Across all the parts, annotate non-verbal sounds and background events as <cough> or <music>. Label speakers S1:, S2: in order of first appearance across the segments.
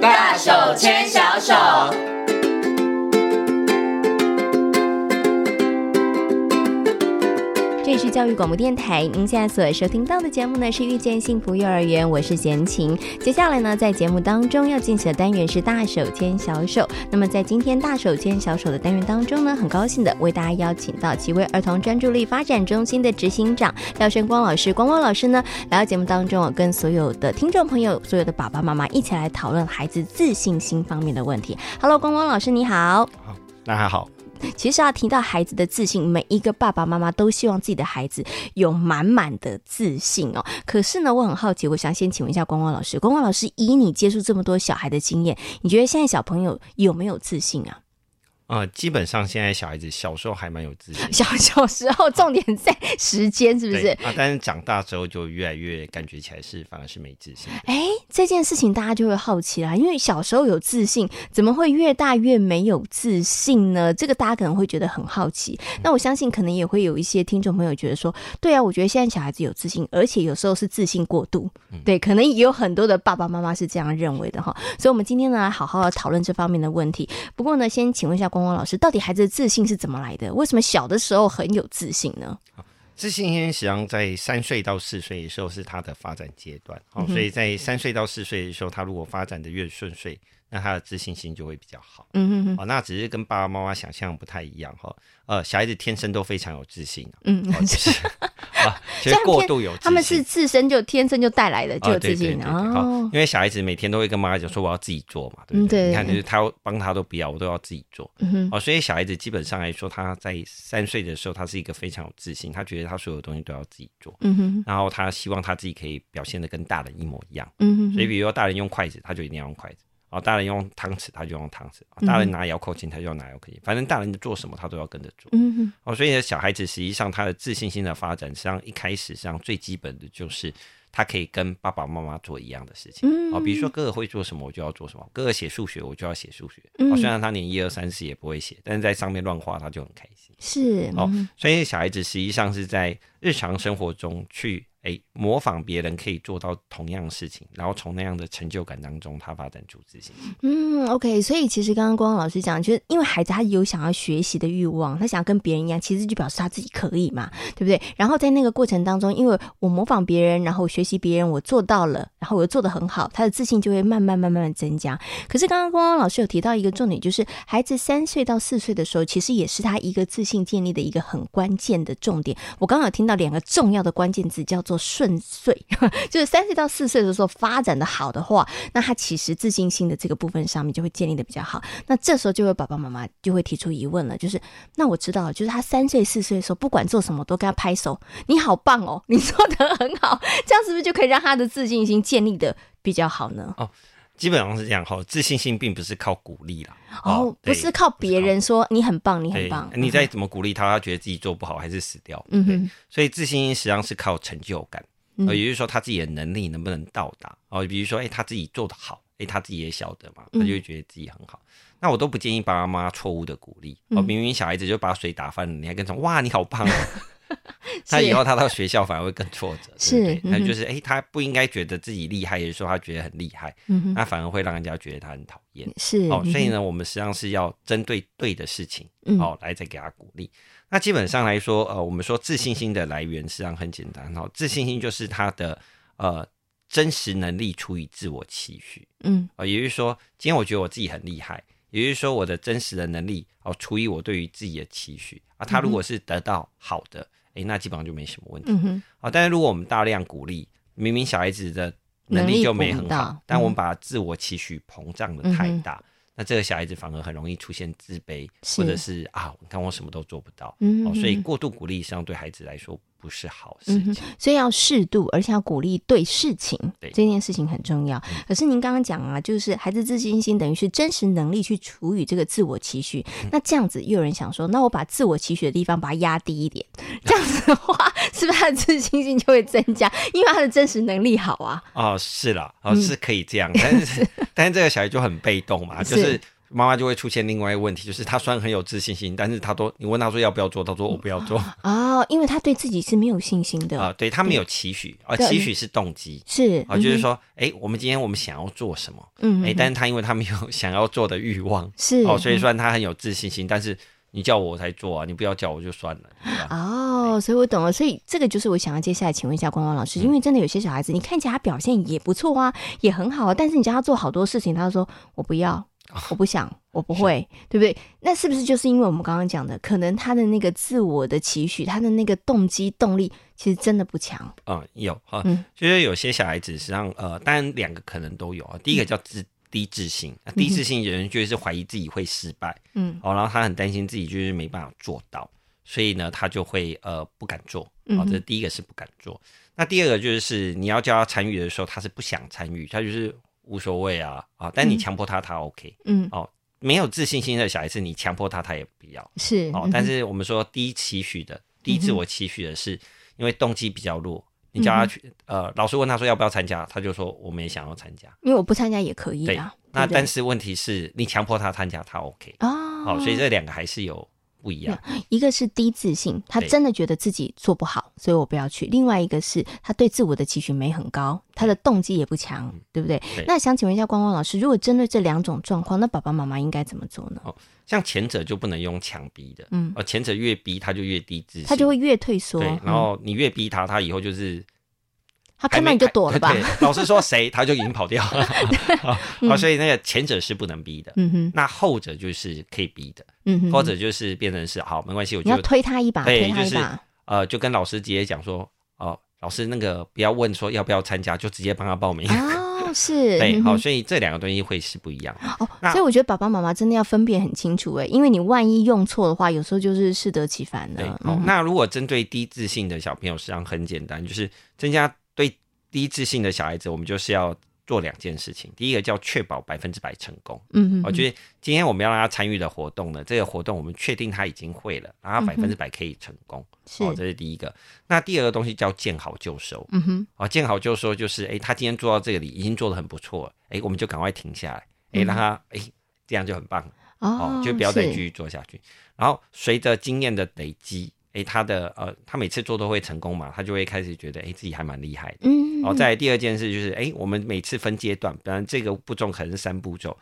S1: 大手牵小手。
S2: 这里是教育广播电台，您现在所收听到的节目呢是《遇见幸福幼儿园》，我是贤琴。接下来呢，在节目当中要进行的单元是“大手牵小手”。那么在今天“大手牵小手”的单元当中呢，很高兴的为大家邀请到奇威儿童专注力发展中心的执行长廖胜光老师。光光老师呢来到节目当中，跟所有的听众朋友、所有的爸爸妈妈一起来讨论孩子自信心方面的问题。Hello，光光老师，你好。
S3: 那还好，
S2: 其实啊，提到孩子的自信，每一个爸爸妈妈都希望自己的孩子有满满的自信哦。可是呢，我很好奇，我想先请问一下光光老师，光光老师，以你接触这么多小孩的经验，你觉得现在小朋友有没有自信啊？
S3: 呃，基本上现在小孩子小时候还蛮有自信，
S2: 小小时候重点在时间，是不
S3: 对
S2: 是？
S3: 啊，但是长大之后就越来越感觉起来是反而是没自信的。
S2: 哎，这件事情大家就会好奇啦，因为小时候有自信，怎么会越大越没有自信呢？这个大家可能会觉得很好奇。
S3: 嗯
S2: 那我相信可能也会有一些听众朋友觉得说，对啊，我觉得现在小孩子有自信，而且有时候是自信过度，
S3: 嗯
S2: 对，可能也有很多的爸爸妈妈是这样认为的哈。所以，我们今天呢，来好好的讨论这方面的问题。不过呢，先请问一下光光老师，到底孩子的自信是怎么来的？为什么小的时候很有自信呢？
S3: 自信心实际上在三岁到四岁的时候是他的发展阶段，哦，
S2: 嗯
S3: 所以在三岁到四岁的时候，他如果发展的越顺遂，那他的自信心就会比较好。
S2: 嗯哼哼。
S3: 哦，那只是跟爸爸妈妈想象不太一样哈、哦。呃，小孩子天生都非常有自信，
S2: 嗯
S3: 哦，就是啊，其实过度有
S2: <laughs>
S3: 自信，
S2: 他们是自身就天生就带来的，就有
S3: 啊对
S2: 自
S3: 对
S2: 信
S3: 对对
S2: 哦
S3: 好。因为小孩子每天都会跟妈妈讲说我要自己做嘛，
S2: 嗯
S3: 对不对？
S2: 对
S3: 你看，就是他帮他都不要，我都要自己做。
S2: 嗯哼
S3: 哦，所以小孩子基本上来说，他在三岁的时候，他是一个非常有自信，他觉得他所有东西都要自己做，
S2: 嗯哼，
S3: 然后他希望他自己可以表现的跟大人一模一样。
S2: 嗯哼，
S3: 所以，比如说大人用筷子，他就一定要用筷子。哦，大人用汤匙，他就用汤匙；哦大人拿遥控器，他就要拿遥控器。反正大人做什么，他都要跟着做。
S2: 嗯哼，
S3: 哦，所以呢，小孩子实际上他的自信心的发展，实际上一开始实际上最基本的就是他可以跟爸爸妈妈做一样的事
S2: 嗯
S3: 情。哦，比如说哥哥会做什么，我就要做什么；哥哥写数学，我就要写数学。
S2: 嗯
S3: 哦，虽然他连一二三四也不会写，但是在上面乱画，他就很开心。
S2: 是
S3: 哦，所以小孩子实际上是在日常生活中去诶模仿别人可以做到同样的事情，然后从那样的成就感当中，他发展出自信心。
S2: 嗯，OK。所以其实刚刚光光老师讲，就是因为孩子他有想要学习的欲望，他想要跟别人一样，其实就表示他自己可以嘛，对不对？然后在那个过程当中，因为我模仿别人，然后我学习别人，我做到了，然后我又做得很好，他的自信就会慢慢慢慢的增加。可是刚刚光光老师有提到一个重点，就是孩子三岁到四岁的时候，其实也是他一个自信建立的一个很关键的重点。我刚刚有听到两个重要的关键字，叫做顺遂， <laughs> 就是三岁到四岁的时候发展的好的话，那他其实自信心的这个部分上面就会建立的比较好。那这时候就会爸爸妈妈就会提出疑问了，就是那我知道了，就是他三岁四岁的时候，不管做什么都跟他拍手，你好棒哦，你做的很好，这样是不是就可以让他的自信心建立的比较好呢？
S3: 基本上是这样哈、哦，自信心并不是靠鼓励啦，
S2: 哦，不
S3: 对
S2: 是靠别人说你很棒，你
S3: 对，
S2: 很棒，
S3: 你再怎么鼓励他，他觉得自己做不好，还是死掉。
S2: 嗯
S3: 对
S2: 哼，
S3: 所以自信心实际上是靠成就感，
S2: 嗯
S3: 呃，也就是说他自己的能力能不能到达。哦，比如说，哎、他自己做得好，哎、他自己也晓得嘛，他
S2: 嗯
S3: 就会觉得自己很好。那我都不建议爸爸妈妈错误的鼓励。
S2: 嗯
S3: 哦，明明小孩子就把水打翻了，你还跟他说哇你
S2: <laughs>
S3: 好棒哦。他以后他到学校反而会更挫折，对
S2: 是嗯
S3: 不对？他就是哎、他不应该觉得自己厉害的时候，他觉得很厉害，
S2: 嗯哼
S3: 那反而会让人家觉得他很讨厌。
S2: 是
S3: 啊哦，所以
S2: 嗯
S3: 呢，我们实际上是要针对对的事情，
S2: 嗯
S3: 哦，来再给他鼓励。那基本上来说，呃，我们说自信心的来源实际上很简单，哦，自信心就是他的呃真实能力除以自我期许，
S2: 嗯
S3: 啊、也就是说，今天我觉得我自己很厉害，也就是说我的真实的能力哦除以我对于自己的期许啊，他如果是得到好的，诶、那基本上就没什么问题。
S2: 嗯哼
S3: 啊、但是如果我们大量鼓励，明明小孩子的能
S2: 能力
S3: 力就没
S2: 不
S3: 很
S2: 到
S3: 好，但我们把自我期许膨胀的太
S2: 嗯哼
S3: 大，那这个小孩子反而很容易出现自卑，
S2: 是
S3: 或者是啊，你看我什么都做不到，
S2: 嗯
S3: 哦，
S2: 哼
S3: 所以
S2: 嗯
S3: 过度鼓励实际上对孩子来说不是好事
S2: 嗯
S3: 情。
S2: 哼，所以要适度，而且要鼓励对嗯事情，
S3: 对
S2: 这件事情很重要。可是您刚刚讲啊，就是孩子自信心等于是真实能力去除以这个自我期许。那这样子，又有人想说，那我把自我期许的地方把它压低一点， <laughs> 这样子的话，是不是他的自信心就会增加？因为他的真实能力好啊。嗯 <laughs>
S3: 哦，是啦，哦，是可以这样，但是但是这个小孩就很被动嘛，就是
S2: 是
S3: 妈妈就会出现另外一个问题，就是她虽然很有自信心，但是她都你问她说要不要做，她说我不要做啊、
S2: 哦，因为他对自己是没有信心的，
S3: 对他们有期许，啊、
S2: 对
S3: 期许是动机。
S2: 是
S3: 啊，就是，说，哎、我们今天我们想要做什么？
S2: 嗯嗯哼嗯
S3: 哎、
S2: 哼
S3: 但是他因为他没有 <laughs> 想要做的欲望，
S2: 是嗯
S3: 哦，所以虽然他很有自信心，但是你叫我才做啊，你不要叫我就算了，对嗯吧？
S2: 哦，所以我懂了，所以这个就是我想要接下来请问一下光光老师，因为真的有些小孩子，你看起来他表现也不错啊，也很好啊，但是你叫他做好多事情，他就说我不要，
S3: 哦
S2: 我不
S3: <laughs>
S2: 想，我不会，对不对？那是不是就是因为我们刚刚讲的，可能他的那个自我的期许，他的那个动机动力，其实真的不强。
S3: 嗯，有哈，
S2: 嗯
S3: 就是有些小孩子实际上，呃，当然两个可能都有啊。第一个
S2: 嗯
S3: 叫自低自信，啊低自信的人就是怀疑自己会失败，
S2: 嗯
S3: 哦，然后他很担心自己就是没办法做到，所以呢，他就会呃不敢做，
S2: 嗯
S3: 哦，
S2: 哼
S3: 这第一个是不敢做。那第二个就是你要叫他参与的时候，他是不想参与，他就是无所谓啊啊，但你
S2: 嗯
S3: 强迫他，他 OK。
S2: 嗯，
S3: 没有自信心的小孩子，你强迫他，他也不要。
S2: 是嗯
S3: 哦，但是我们说低期许的、低自我期许的是，因为动机比较弱。你叫他
S2: 嗯
S3: 去，呃，老师问他说要不要参加，他就说我们也想要参加。
S2: 因为我不参加也可以
S3: 对
S2: 啊，
S3: 那
S2: 对不对
S3: 但是问题是你强迫他参加，他 OK。
S2: 哦，
S3: 好、所以这两个还是有不一样。
S2: 一个是低自信，他
S3: 对
S2: 真的觉得自己做不好，所以我不要去；另外一个是他对自我的期许没很高，他的动机也不强，对不对？
S3: 嗯对
S2: 那想请问一下光光老师，如果针对这两种状况，那爸爸妈妈应该怎么做呢？
S3: 像前者就不能用强逼的，
S2: 嗯
S3: 呃，前者越逼他就越低自信，
S2: 他就会越退缩，
S3: 对，然
S2: 嗯、
S3: 后你越逼他，他以后就是
S2: 他看到你就躲了吧
S3: 对，？老师说谁，他就已经跑掉
S2: <laughs>
S3: 了。好、好所以那个前者是不能逼的，
S2: 嗯哼，
S3: 那后者就是可以逼的。
S2: 嗯哼，
S3: <laughs> 或者就是变成是好，没关系，我
S2: 你要
S3: 就
S2: 推他一把，
S3: 对
S2: 推他
S3: 就
S2: 一
S3: 是
S2: 把，
S3: 呃就跟老师直接讲说，哦、老师那个不要问说要不要参加，就直接帮他报名。
S2: 哦，是，
S3: <laughs> 对，
S2: 嗯
S3: 好、
S2: 哼
S3: 所以这两个东西会是不一样的。
S2: 哦，
S3: 那
S2: 所以我觉得爸爸妈妈真的要分辨很清楚，哎，因为你万一用错的话，有时候就是适得其反
S3: 对，
S2: 了。
S3: 哦
S2: 嗯，
S3: 那如果针对低自信的小朋友，实际上很简单，就是增加对低自信的小孩子，我们就是要做两件事情。第一个叫确保百分之百成功，
S2: 嗯哼，
S3: 我觉得今天我们要让他参与的活动呢，这个活动我们确定他已经会了，然后
S2: 嗯
S3: 百
S2: 哼
S3: 分之百可以成功。
S2: 是，
S3: 哦，这是第一个。那第二个东西叫见好就收。
S2: 嗯哼，
S3: 啊，见好就收，就是哎、诶他今天做到这里已经做的很不错了，哎、我们就赶快停下来，哎、
S2: 嗯
S3: 让他哎、诶这样就很棒
S2: 哦
S3: 哦，，就不要再
S2: 是
S3: 继续做下去。然后随着经验的累积，哎、他的呃，他每次做都会成功嘛，他就会开始觉得哎、诶自己还蛮厉害的。
S2: 嗯，
S3: 然后再来第二件事就是，哎、我们每次分阶段，当然这个步骤可能是三步骤。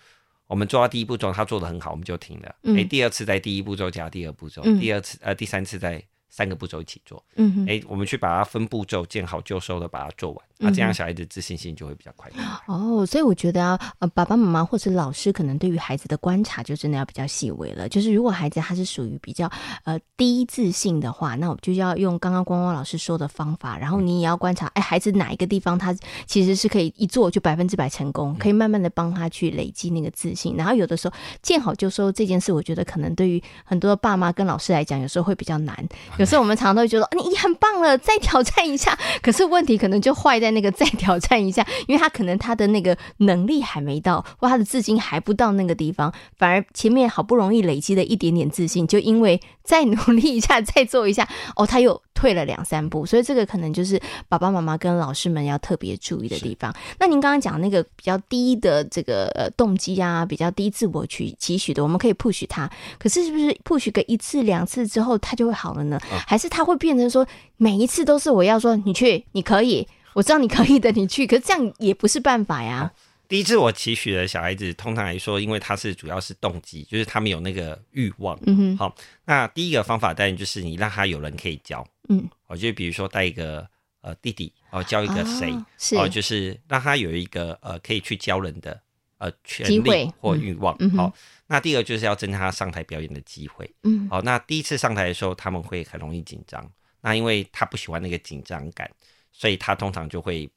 S3: 我们做到第一步骤，他做的很好，我们就停了。哎、
S2: 嗯
S3: 第二次在第一步骤加第二步骤，
S2: 嗯
S3: 第二次呃第三次在三个步骤一起做。
S2: 嗯哼，
S3: 哎、我们去把它分步骤，见好就收的把它做完，
S2: 嗯
S3: 那、
S2: 哼
S3: 这样小孩子自信心就会比较快。
S2: 哦，所以我觉得啊，呃，爸爸妈妈或是老师可能对于孩子的观察就真的要比较细微了。就是如果孩子他是属于比较呃低自信的话，那我们就要用刚刚光光老师说的方法，然后你也要观察，哎，孩子哪一个地方他其实是可以一做就百分之百成功，可以慢慢的帮他去累积那个自信。然后有的时候见好就收这件事，我觉得可能对于很多的爸妈跟老师来讲，有时候会比较难。有时候我们常常都会觉得、啊你很棒了，再挑战一下。可是问题可能就坏在那个 <laughs> 再挑战一下，因为他可能他的那个能力还没到，或他的自信还不到那个地方，反而前面好不容易累积的一点点自信，就因为再努力一下，再做一下，哦，他又退了两三步。所以这个可能就是爸爸妈妈跟老师们要特别注意的地方。那您刚刚讲那个比较低的这个呃动机啊，比较低自我期期许的，我们可以 push 他，可是是不是 push 个一次两次之后，他就会好了呢？
S3: 啊
S2: 还是他会变成说，每一次都是我要说你去，你可以，我知道你可以的，你去。可是这样也不是办法
S3: 啊
S2: 呀。
S3: 第一次我期许的小孩子，通常来说，因为他是主要是动机，就是他们有那个欲望。
S2: 嗯哼，
S3: 好，那第一个方法当然就是你让他有人可以教，
S2: 嗯，
S3: 哦，就比如说带一个呃弟弟，哦，教一个谁，
S2: 哦是
S3: 哦，就是让他有一个呃可以去教人的呃权
S2: 机会
S3: 利或欲望。好、哦
S2: 嗯嗯哼
S3: 那第二个就是要增加他上台表演的机会。
S2: 嗯
S3: 好、那第一次上台的时候，他们会很容易紧张。那因为他不喜欢那个紧张感，所以他通常就会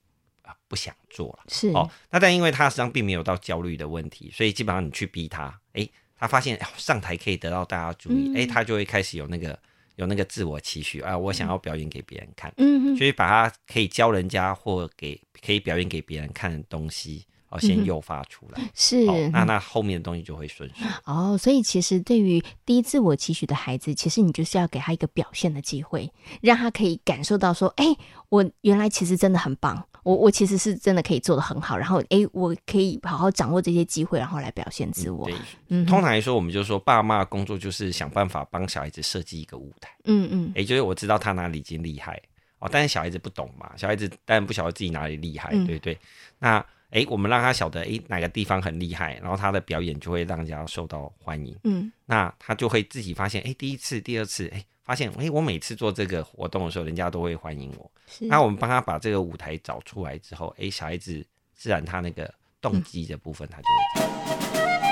S3: 啊、不想做了。
S2: 是
S3: 哦，那但因为他实际上并没有到焦虑的问题，所以基本上你去逼他，诶，他发现、哎上台可以得到大家注意，
S2: 嗯
S3: 诶，他就会开始有那个有那个自我期许啊，我想要表演给别人看，
S2: 嗯嗯哼
S3: 所以把他可以教人家或给可以表演给别人看的东西哦，先诱发出来，
S2: 嗯是
S3: 好，那那后面的东西就会顺顺。
S2: 哦，所以其实对于低自我期许的孩子，其实你就是要给他一个表现的机会，让他可以感受到说，哎，我原来其实真的很棒，我我其实是真的可以做得很好，然后哎，我可以好好掌握这些机会，然后来表现自我
S3: 对。，
S2: 嗯
S3: 通常来说，我们就说爸妈的工作就是想办法帮小孩子设计一个舞台，
S2: 嗯嗯
S3: 也就是我知道他哪里已经厉害哦，但是小孩子不懂嘛，小孩子当然不晓得自己哪里厉害，
S2: 嗯
S3: 对不对？那诶，我们让他晓得诶哪个地方很厉害，然后他的表演就会让人家受到欢迎，
S2: 嗯，
S3: 那他就会自己发现，诶，第一次、第二次，诶，发现诶，我每次做这个活动的时候，人家都会欢迎我。
S2: 是。
S3: 那我们帮他把这个舞台找出来之后，诶，小孩子自然他那个动机的部分，他就会。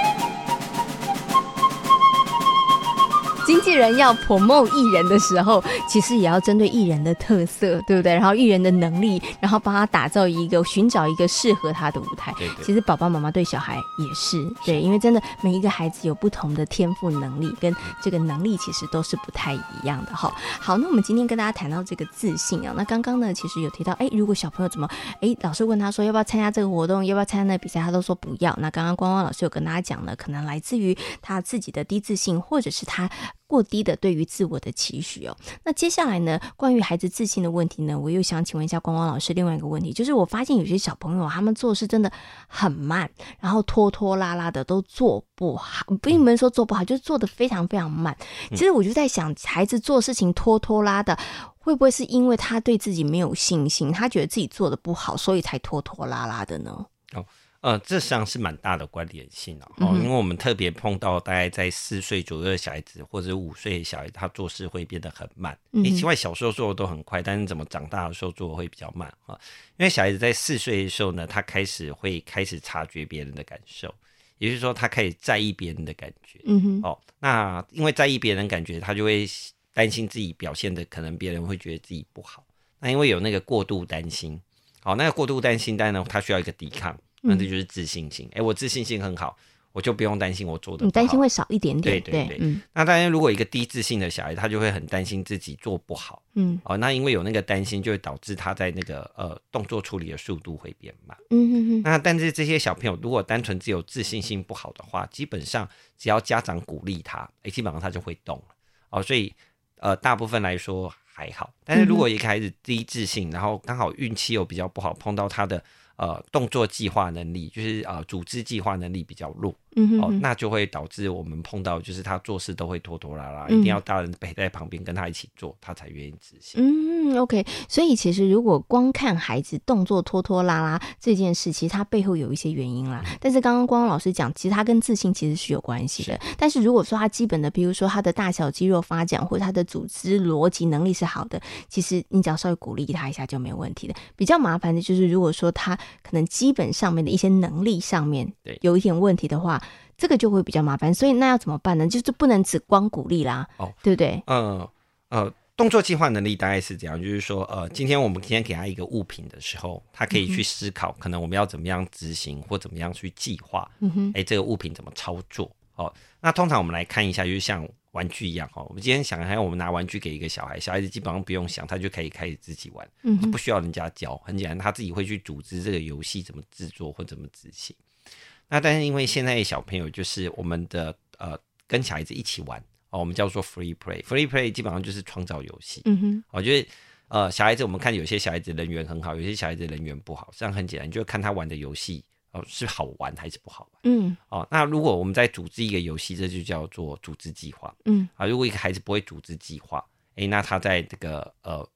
S2: 经纪人要 promote 艺人的时候，其实也要针对艺人的特色，对不对？然后艺人的能力，然后帮他打造一个寻找一个适合他的舞台。
S3: 对对
S2: 其实爸爸妈妈对小孩也是对，因为真的每一个孩子有不同的天赋能力，跟这个能力其实都是不太一样的哈。好，那我们今天跟大家谈到这个自信啊，那刚刚呢其实有提到，哎，如果小朋友怎么，哎，老师问他说要不要参加这个活动，要不要参加那个比赛，他都说不要。那刚刚光光老师有跟大家讲呢，可能来自于他自己的低自信，或者是他过低的对于自我的期许哦。那接下来呢，关于孩子自信的问题呢，我又想请问一下光光老师另外一个问题，就是我发现有些小朋友他们做事真的很慢，然后拖拖拉拉的都做不好，
S3: 嗯
S2: 并不是说做不好，就是做的非常非常慢。其实我就在想，孩子做事情拖拖拉的。会不会是因为他对自己没有信心，他觉得自己做的不好，所以才拖拖拉拉的呢？
S3: 呃，这实际上是蛮大的关联性哦，
S2: 嗯
S3: 哦
S2: 哼
S3: 因为我们特别碰到大概在四岁左右的小孩子，或者五岁的小孩子，他做事会变得很慢。
S2: 嗯
S3: 你
S2: 哼
S3: 奇怪，小时候做的都很快，但是怎么长大的时候做的会比较慢啊？因为小孩子在四岁的时候呢，他开始会开始察觉别人的感受，也就是说，他开始在意别人的感觉。
S2: 嗯哼，
S3: 哦，那因为在意别人感觉，他就会担心自己表现的，可能别人会觉得自己不好。那因为有那个过度担心，好、那个过度担心，当然他需要一个抵抗，那
S2: 嗯
S3: 这就是自信心。哎、我自信心很好，我就不用担心我做的。
S2: 你担心会？少一点点，
S3: 对对对
S2: 嗯
S3: 那当然，如果一个低自信的小孩，他就会很担心自己做不好。
S2: 嗯
S3: 哦，那因为有那个担心，就会导致他在那个呃动作处理的速度会变慢。
S2: 嗯嗯嗯，
S3: 那但是这些小朋友如果单纯只有自信心不好的话，基本上只要家长鼓励他，诶，基本上他就会动了哦。所以呃，大部分来说还好。但是
S2: 嗯
S3: 如果一个孩子低自信，然后刚好运气又比较不好，碰到他的呃动作计划能力，就是呃组织计划能力比较弱
S2: 嗯哼
S3: 哦，
S2: 哼
S3: 那就会导致我们碰到就是他做事都会拖拖拉拉，
S2: 嗯
S3: 一定要大人陪在旁边跟他一起做，他才愿意执行。
S2: 嗯，OK，所以其实如果光看孩子动作拖拖拉拉这件事，其实它背后有一些原因啦。
S3: 嗯
S2: 但是刚刚光光老师讲，其实它跟自信其实是有关系的。但是如果说他基本的，比如说他的大小肌肉发展或者他的组织逻辑能力是好的，其实你只要稍微鼓励他一下就没有问题的。比较麻烦的就是，如果说他可能基本上面的一些能力上面
S3: 对
S2: 有一点问题的话，这个就会比较麻烦。所以那要怎么办呢？就是不能只光鼓励啦，
S3: 哦
S2: 对不对？
S3: 呃呃，动作计划能力大概是这样，就是说，呃，今天我们今天给他一个物品的时候，他可以去思考，可能我们要怎么样执行或怎么样去计划，
S2: 嗯哼，
S3: 哎，这个物品怎么操作？哦，那通常我们来看一下，就是像玩具一样哦，我们今天想，还有我们拿玩具给一个小孩，小孩子基本上不用想，他就可以开始自己玩，
S2: 嗯
S3: 他
S2: 哼
S3: 不，需要人家教，很简单，他自己会去组织这个游戏怎么制作或怎么执行。那但是因为现在的小朋友就是我们的呃跟小孩子一起玩哦，我们叫做 free play，free play 基本上就是创造游戏。
S2: 嗯哼，
S3: 我觉得呃小孩子我们看有些小孩子人缘很好，有些小孩子人缘不好，这样很简单，你就看他玩的游戏哦是好玩还是不好玩
S2: 嗯
S3: 哦。那如果我们在组织一个游戏，这就叫做组织计划。
S2: 嗯。
S3: 啊，如果一个孩子不会组织计划，诶，那他在这个呃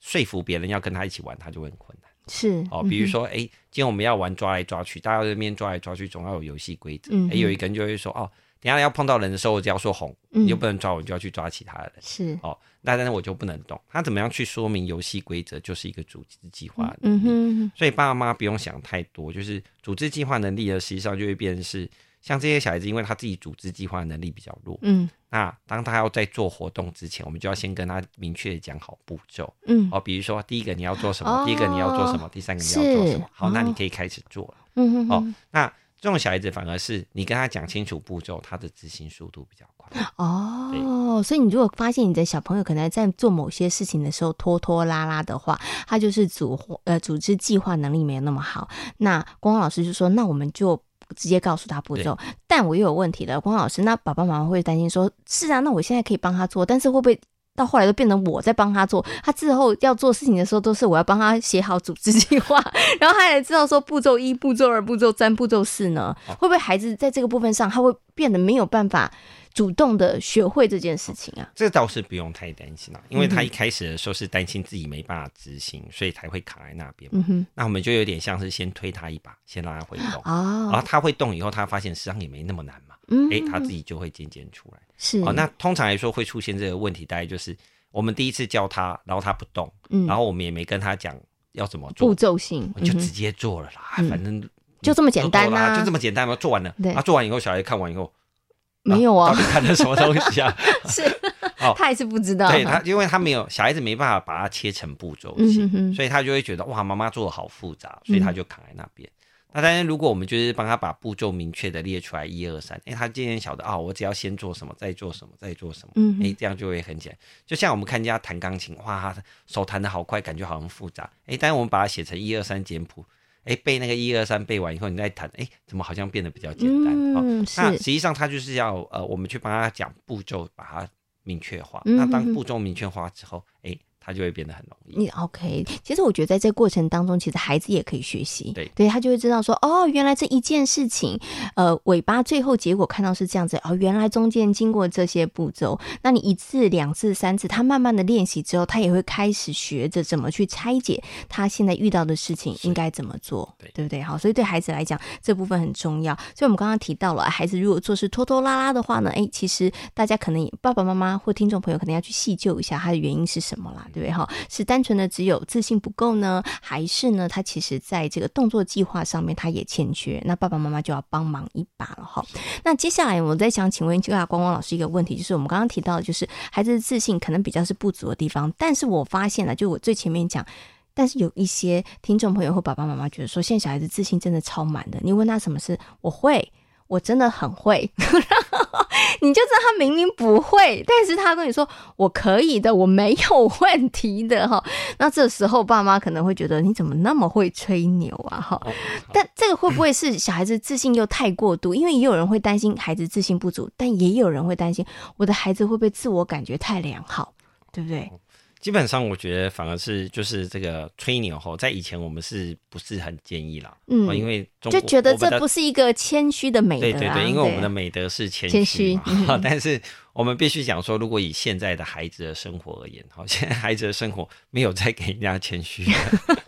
S3: 说服别人要跟他一起玩，他就会很困难
S2: 是
S3: 哦。比如
S2: 嗯哼
S3: 说，诶，今天我们要玩抓来抓去，大家这边抓来抓去，总要有游戏规则。
S2: 嗯
S3: 诶，哎有一个人就会说，哦，等一下要碰到人的时候，我只要说红，
S2: 嗯
S3: 你就不能抓我，你就要去抓其他人。
S2: 是，
S3: 哦，那但是我就不能懂，他怎么样去说明游戏规则，就是一个组织计划的能
S2: 嗯
S3: 力。
S2: 哼，
S3: 所以爸妈不用想太多，就是组织计划能力呢，实际上就会变成是像这些小孩子，因为他自己组织计划能力比较弱，
S2: 嗯
S3: 那当他要在做活动之前，我们就要先跟他明确地讲好步骤。
S2: 嗯
S3: 哦，比如说第一个你要做什
S2: 哦
S3: 么，第一个你要做什么，第三个你要做什
S2: 是
S3: 么。好，那
S2: 哦
S3: 你可以开始做了。
S2: 嗯哼，
S3: 哦，那这种小孩子反而是你跟他讲清楚步骤，他的执行速度比较快。
S2: 哦，所以你如果发现你的小朋友可能在做某些事情的时候拖拖拉拉的话，他就是组呃组织计划能力没有那么好。那光光老师就说，那我们就。直接告诉他步骤，但我又有问题了，光老师，那爸爸妈妈会担心说，是啊，那我现在可以帮他做，但是会不会到后来都变成我在帮他做？他之后要做事情的时候，都是我要帮他写好组织计划，然后他也知道说步骤一、步骤二、步骤三、步骤四呢，会不会孩子在这个部分上，他会变得没有办法主动的学会这件事情啊？
S3: 这倒是不用太担心啦、
S2: 嗯
S3: 因为他一开始的时候是担心自己没办法执行，所以才会卡在那边嘛。
S2: 嗯哼，
S3: 那我们就有点像是先推他一把，先让他会动，
S2: 哦，
S3: 然后他会动以后，他发现实际上也没那么难嘛，
S2: 嗯，
S3: 啊诶，他自己就会渐渐出来。
S2: 是，
S3: 哦，那通常来说会出现这个问题，大概就是我们第一次教他，然后他不动，
S2: 嗯
S3: 然后我们也没跟他讲要怎么
S2: 步
S3: 做，
S2: 骤性，
S3: 我就
S2: 嗯哼
S3: 直接做了啦，
S2: 嗯
S3: 反正
S2: 就这么简单
S3: 做啦
S2: 啊
S3: 就这么简单嘛，做完了
S2: 对，
S3: 啊，做完以后小孩看完以后
S2: 没有
S3: 啊，
S2: 啊
S3: 到，底看了什么东西啊？
S2: 是
S3: 哦，
S2: 他也是不知道，
S3: 对他，因为他没有小孩子没办法把它切成步骤
S2: 嗯
S3: 性，
S2: 哼哼，
S3: 所以他就会觉得哇，妈妈做的好复杂，所以他就卡在那边。那当然，如果我们就是帮他把步骤明确的列出来，一二三，哎，他渐渐晓得啊、我只要先做什么，再做什么，再做什么，
S2: 嗯哼
S3: 哎，这样就会很简单。就像我们看人家弹钢琴，哇，他手弹的好快，感觉好像复杂，哎，但是我们把它写成一二三简谱，哎，背那个一二三背完以后，你再弹，哎，怎么好像变得比较简单？哦，
S2: 嗯，
S3: 那
S2: 是
S3: 实，际上他就是要呃，我们去帮他讲步骤，把它明确化。
S2: 嗯
S3: 那
S2: 哼
S3: 当
S2: 哼
S3: 步骤明确化之后，哎、他就会变得很容易。哦
S2: 你 OK，其实我觉得在这过程当中，其实孩子也可以学习，
S3: 对
S2: 他就会知道说，哦，原来这一件事情，呃，尾巴最后结果看到是这样子，哦，原来中间经过这些步骤，那你一次、两次、三次，他慢慢的练习之后，他也会开始学着怎么去拆解他现在遇到的事情
S3: 是
S2: 应该怎么做，
S3: 对
S2: 不对？好，所以对孩子来讲，这部分很重要。所以我们刚刚提到了，孩子如果做事拖拖拉拉的话呢，哎，其实大家可能也爸爸妈妈或听众朋友可能要去细究一下它的原因是什么啦，对不对？哈，是单纯的只有自信不够呢，还是呢，他其实在这个动作计划上面他也欠缺？那爸爸妈妈就要帮忙一把了哈。那接下来我再想请问一下光光老师一个问题，就是我们刚刚提到的，就是孩子的自信可能比较是不足的地方，但是我发现了，啊就我最前面讲。但是有一些听众朋友或爸爸妈妈觉得说，现在小孩子自信真的超满的。你问他什么事，我会，我真的很会， <laughs> 然后你就知道他明明不会，但是他跟你说我可以的，我没有问题的哈。那这时候爸妈可能会觉得你怎么那么会吹牛啊哈。
S3: 哦
S2: 但这个会不会是小孩子自信又太过度？因为也有人会担心孩子自信不足，但也有人会担心我的孩子会不会自我感觉太良好，对不对？
S3: 基本上，我觉得反而是就是这个吹牛吼，在以前我们是不是很建议啦？
S2: 嗯
S3: 哦因为中
S2: 就觉得
S3: 我们
S2: 这
S3: 的
S2: 不是一个谦虚的美德
S3: 对
S2: 啊，
S3: 对对，因为我们的美德是谦虚嘛，
S2: 嗯
S3: <laughs> 但是我们必须讲说，如果以现在的孩子的生活而言，好，现在孩子的生活没有再给人家谦虚了。 <laughs>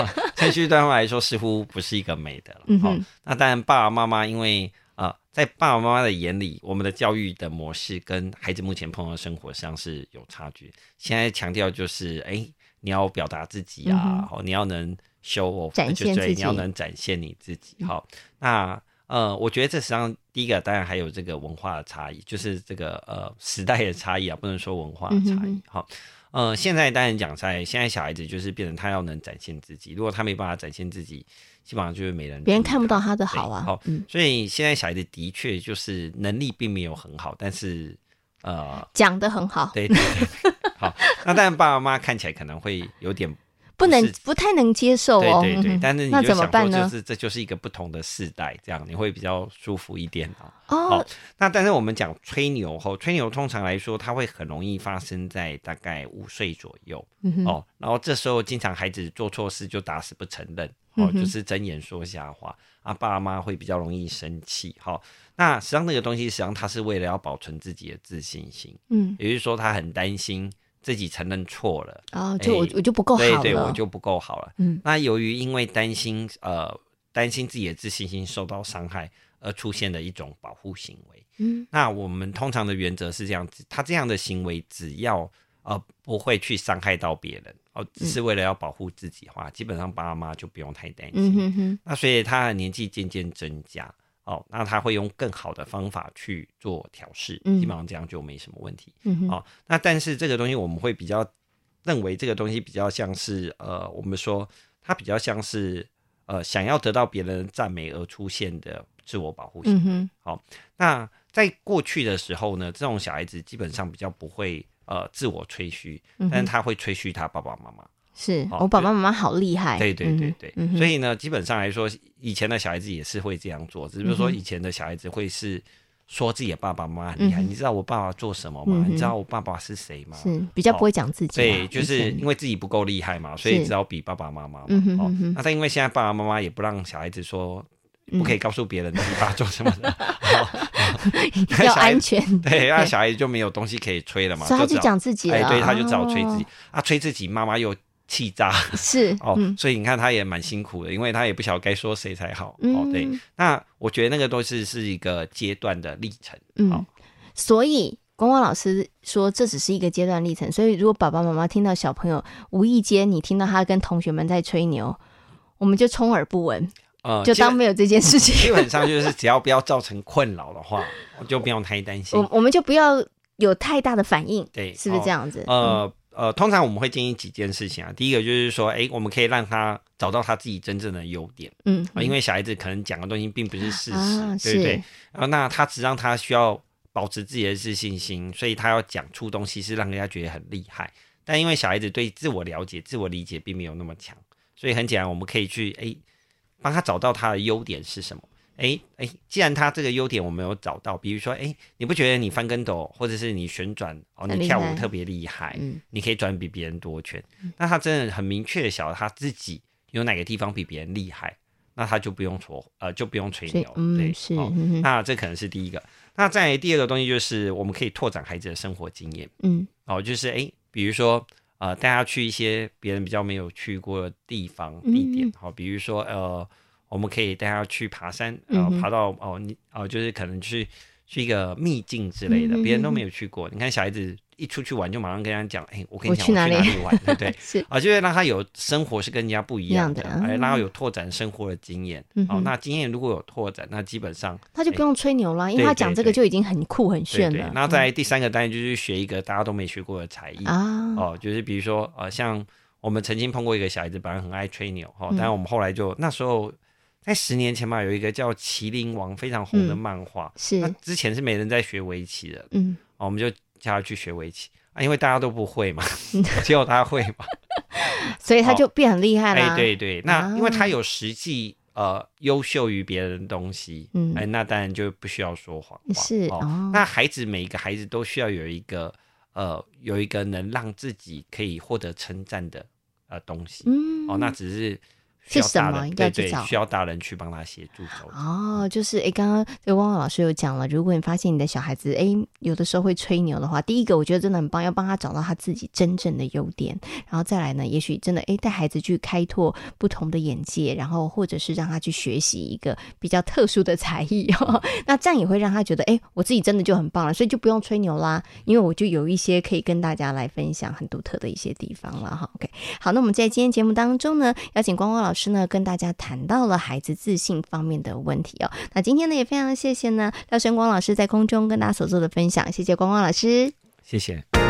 S3: 啊谦虚对他们来说似乎不是一个美德了。
S2: 嗯
S3: 好、
S2: 哼
S3: 那当然，爸爸妈妈因为呃，在爸爸妈妈的眼里，我们的教育的模式跟孩子目前碰到的生活上是有差距。现在强调就是，哎、你要表达自己
S2: 嗯
S3: 啊，好、你要能 show off，
S2: 展现
S3: 就
S2: 自己
S3: 对，
S2: 嗯
S3: 你要能展现你自己。好、那呃，我觉得这实际上第一个当然还有这个文化的差异，就是这个呃时代的差异啊，不能说文化的
S2: 嗯哼
S3: 差异
S2: 哼。
S3: 好、呃，现在当然讲在现在小孩子就是变成他要能展现自己，如果他没办法展现自己，基本上就是没人
S2: 别人
S3: 注意
S2: 看不
S3: 他
S2: 到他的
S3: 对
S2: 好啊。
S3: 好
S2: 嗯，
S3: 所以现在小孩子的确就是能力并没有很好，但是呃，
S2: 讲的很好，
S3: 对对对，
S2: <laughs>
S3: 好，那当然爸爸妈妈看起来可能会有点
S2: 不能
S3: 是
S2: 不太能接受
S3: 对
S2: 哦。
S3: 对对，
S2: 嗯哼
S3: 但是你
S2: 那
S3: 就
S2: 怎么
S3: 想
S2: 办
S3: 说，
S2: 呢
S3: 就？是这就是一个不同的世代，这样你会比较舒服一点啊。
S2: 哦
S3: 好，那但是我们讲吹牛后，吹牛通常来说，它会很容易发生在大概五岁左右、
S2: 嗯哼
S3: 哦，然后这时候经常孩子做错事就打死不承认
S2: 嗯
S3: 哦，
S2: 哼
S3: 就是睁眼说瞎话啊，爸妈会比较容易生气哈、哦。那实际上那个东西，实际上它是为了要保存自己的自信心，
S2: 嗯，
S3: 也就是说他很担心自己承认错了，
S2: 哦，就我
S3: 哎
S2: 我就不够好
S3: 对
S2: 了，
S3: 对，我就不够好了。
S2: 嗯
S3: 那由于因为担心呃担心自己的自信心受到伤害而出现的一种保护行为。
S2: 嗯
S3: 那我们通常的原则是这样子，他这样的行为只要呃不会去伤害到别人
S2: 嗯
S3: 哦，只是为了要保护自己的话，基本上爸妈就不用太担心。
S2: 嗯哼哼，
S3: 那所以他的年纪渐渐增加。哦，那他会用更好的方法去做调试，
S2: 嗯
S3: 基本上这样就没什么问题。
S2: 嗯哼，
S3: 哦，那但是这个东西我们会比较认为这个东西比较像是呃，我们说它比较像是呃想要得到别人的赞美而出现的自我保护性。
S2: 嗯哼，
S3: 那在过去的时候呢，这种小孩子基本上比较不会呃自我吹嘘，
S2: 嗯
S3: 但
S2: 哼，
S3: 是他会吹嘘他爸爸妈妈。
S2: 是
S3: 好
S2: 我爸爸妈妈好厉害，
S3: 对对对
S2: 嗯哼
S3: 对，
S2: 嗯哼
S3: 所以呢，基本上来说，以前的小孩子也是会这样做，只是说以前的小孩子会是说自己的爸爸妈妈很厉害，
S2: 嗯嗯哼
S3: 你知道我爸爸做什么吗？
S2: 嗯哼
S3: 你知道我爸爸是谁吗？
S2: 是比较不会讲自己啦，
S3: 对，就
S2: 以
S3: 是
S2: 前
S3: 因为自己不够厉害嘛，所
S2: 是
S3: 以只好比爸爸妈妈嘛。
S2: 嗯哼
S3: 哦
S2: 嗯哼，
S3: 那但因为现在爸爸妈妈也不让小孩子说，
S2: 嗯
S3: 不可以告诉别人自己爸爸做什么的，
S2: <laughs>
S3: 哦那
S2: 要
S3: 小孩
S2: 安 <laughs> 全，
S3: 对，那小孩子就没有东西可以吹了嘛，
S2: 所以他就
S3: 只好
S2: 讲自己
S3: 哎，
S2: 了，
S3: 对，他就只好吹自己
S2: 哦，
S3: 啊，吹自己，妈妈又气炸
S2: 是
S3: 哦，
S2: 嗯
S3: 所以你看他也蛮辛苦的，因为他也不晓得该说谁才好哦
S2: 嗯，
S3: 对，那我觉得那个都是是一个阶段的历程，好
S2: 嗯，所以光光老师说这只是一个阶段历程，所以如果爸爸妈妈听到小朋友无意间你听到他跟同学们在吹牛，我们就充耳不闻，
S3: 呃，
S2: 就
S3: 基本
S2: 当没有这件事
S3: 基 <laughs>
S2: 情，
S3: 本上就是只要不要造成困扰的话，我就不用太担心
S2: 我。我们就不要有太大的反应，
S3: 对
S2: 是不是这样子？
S3: 呃呃，通常我们会建议几件事情啊。第一个就是说，哎、我们可以让他找到他自己真正的优点
S2: 嗯，
S3: 啊、因
S2: 为
S3: 为小孩子可能讲的东西并不是事实，
S2: 啊
S3: 对不对
S2: 是？
S3: 啊，那他只让他需要保持自己的自信心，所以他要讲出东西是让人家觉得很厉害。但因为小孩子对自我了解、自我理解并没有那么强，所以很简单，我们可以去哎帮他找到他的优点是什么。哎哎，既然他这个优点我没有找到，比如说，哎，你不觉得你翻跟斗或者是你旋转哦，
S2: 很
S3: 你
S2: 厉
S3: 跳
S2: 害
S3: 舞特别厉害，
S2: 嗯
S3: 你可以转比别人多圈，那他真的很明确的晓得他自己有哪个地方比别人厉害，那他就不用说呃就不用吹
S2: 所以
S3: 牛，对，
S2: 嗯是
S3: 哦
S2: 嗯哼
S3: 那这可能是第一个。那再来第二个东西就是，我们可以拓展孩子的生活经验
S2: 嗯
S3: 哦，就是诶，比如说呃，带他去一些别人比较没有去过的地方
S2: 嗯
S3: 地点，好、比如说呃，我们可以带他去爬山，
S2: 嗯
S3: 呃，
S2: 哼
S3: 爬到哦你哦，就是可能去去一个秘境之类的，
S2: 嗯哼
S3: 别人都
S2: 嗯哼
S3: 没有去过。你看小孩子一出去玩就马上跟他讲，诶，我跟
S2: 我
S3: 你讲
S2: 去哪
S3: 我去
S2: 里
S3: 哪里玩，对不
S2: <laughs>
S3: 对？
S2: 是
S3: 啊，就会让他有生活是跟人家不一样的，
S2: 一样的啊
S3: 哎，让他有拓展生活的经验。
S2: 嗯
S3: 哦
S2: 哼，
S3: 那经验如果有拓展，那基本上
S2: 他就不用吹牛啦，因为
S3: 哎对
S2: 他
S3: 对
S2: 讲这个
S3: 对
S2: 就已经很酷很
S3: 对
S2: 炫
S3: 对
S2: 了。。嗯
S3: 那在第三个单元就是学一个大家都没学过的才艺、
S2: 啊，
S3: 哦，就是比如说呃，像我们曾经碰过一个小孩子，本来很爱吹牛哦，
S2: 嗯
S3: 但我们后来就那时候在十年前嘛，有一个叫《麒麟王》非常红的
S2: 嗯
S3: 漫画，那
S2: 是
S3: 之前是没人在学围棋的，
S2: 嗯，
S3: 哦，我们就叫他去学围棋啊，因为大家都不
S2: <laughs>
S3: 会嘛，只有他会嘛。
S2: 所以他就变很厉害啦。
S3: 哎，对对，
S2: 啊
S3: 那因为他有实际呃优秀于别人的东西，
S2: 嗯
S3: 哎，那当然就不需要说谎话。
S2: 是
S3: 哦
S2: 哦
S3: 那孩子每一个孩子都需要有一个呃有一个能让自己可以获得称赞的呃东西。
S2: 嗯，
S3: 哦，那只是需要
S2: 是什么
S3: 大人
S2: 要
S3: 对
S2: 去
S3: 对
S2: 找，
S3: 需要大人去帮他协助找。
S2: 哦，就是诶，刚刚这个汪汪老师有讲了，如果你发现你的小孩子诶，有的时候会吹牛的话，第一个我觉得真的很棒，要帮他找到他自己真正的优点，然后再来呢，也许真的诶，带孩子去开拓不同的眼界，然后或者是让他去学习一个比较特殊的才艺 <laughs> 哦，那这样也会让他觉得诶，我自己真的就很棒了，所以就不用吹牛啦，因为我就有一些可以跟大家来分享很独特的一些地方了哈。OK，好，那我们在今天节目当中呢，邀请光光老师呢跟大家谈到了孩子自信方面的问题哦。那今天呢也非常谢谢呢廖生光老师在空中跟大家所做的分享，谢谢光光老师。
S3: 谢谢。